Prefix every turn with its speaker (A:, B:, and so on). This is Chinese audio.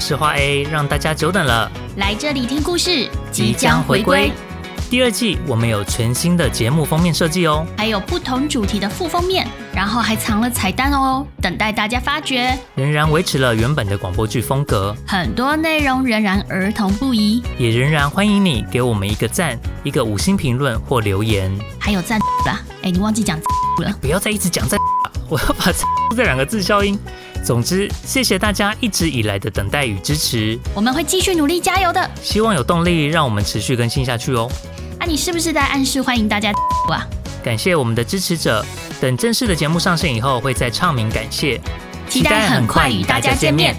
A: 是花 A，让大家久等了。
B: 来这里听故事
A: 即将回归，第二季我们有全新的节目封面设计哦，
B: 还有不同主题的副封面，然后还藏了彩蛋哦，等待大家发掘。
A: 仍然维持了原本的广播剧风格，
B: 很多内容仍然儿童不宜，
A: 也仍然欢迎你给我们一个赞、一个五星评论或留言。
B: 还有赞吧？哎，你忘记讲 了。
A: 不要再一直讲这， 我要把“这两个字消音。总之，谢谢大家一直以来的等待与支持，
B: 我们会继续努力加油的。
A: 希望有动力让我们持续更新下去哦。
B: 啊，你是不是在暗示欢迎大家 啊？
A: 感谢我们的支持者，等正式的节目上线以后，会再唱名感谢。
B: 期待很快与大家见面。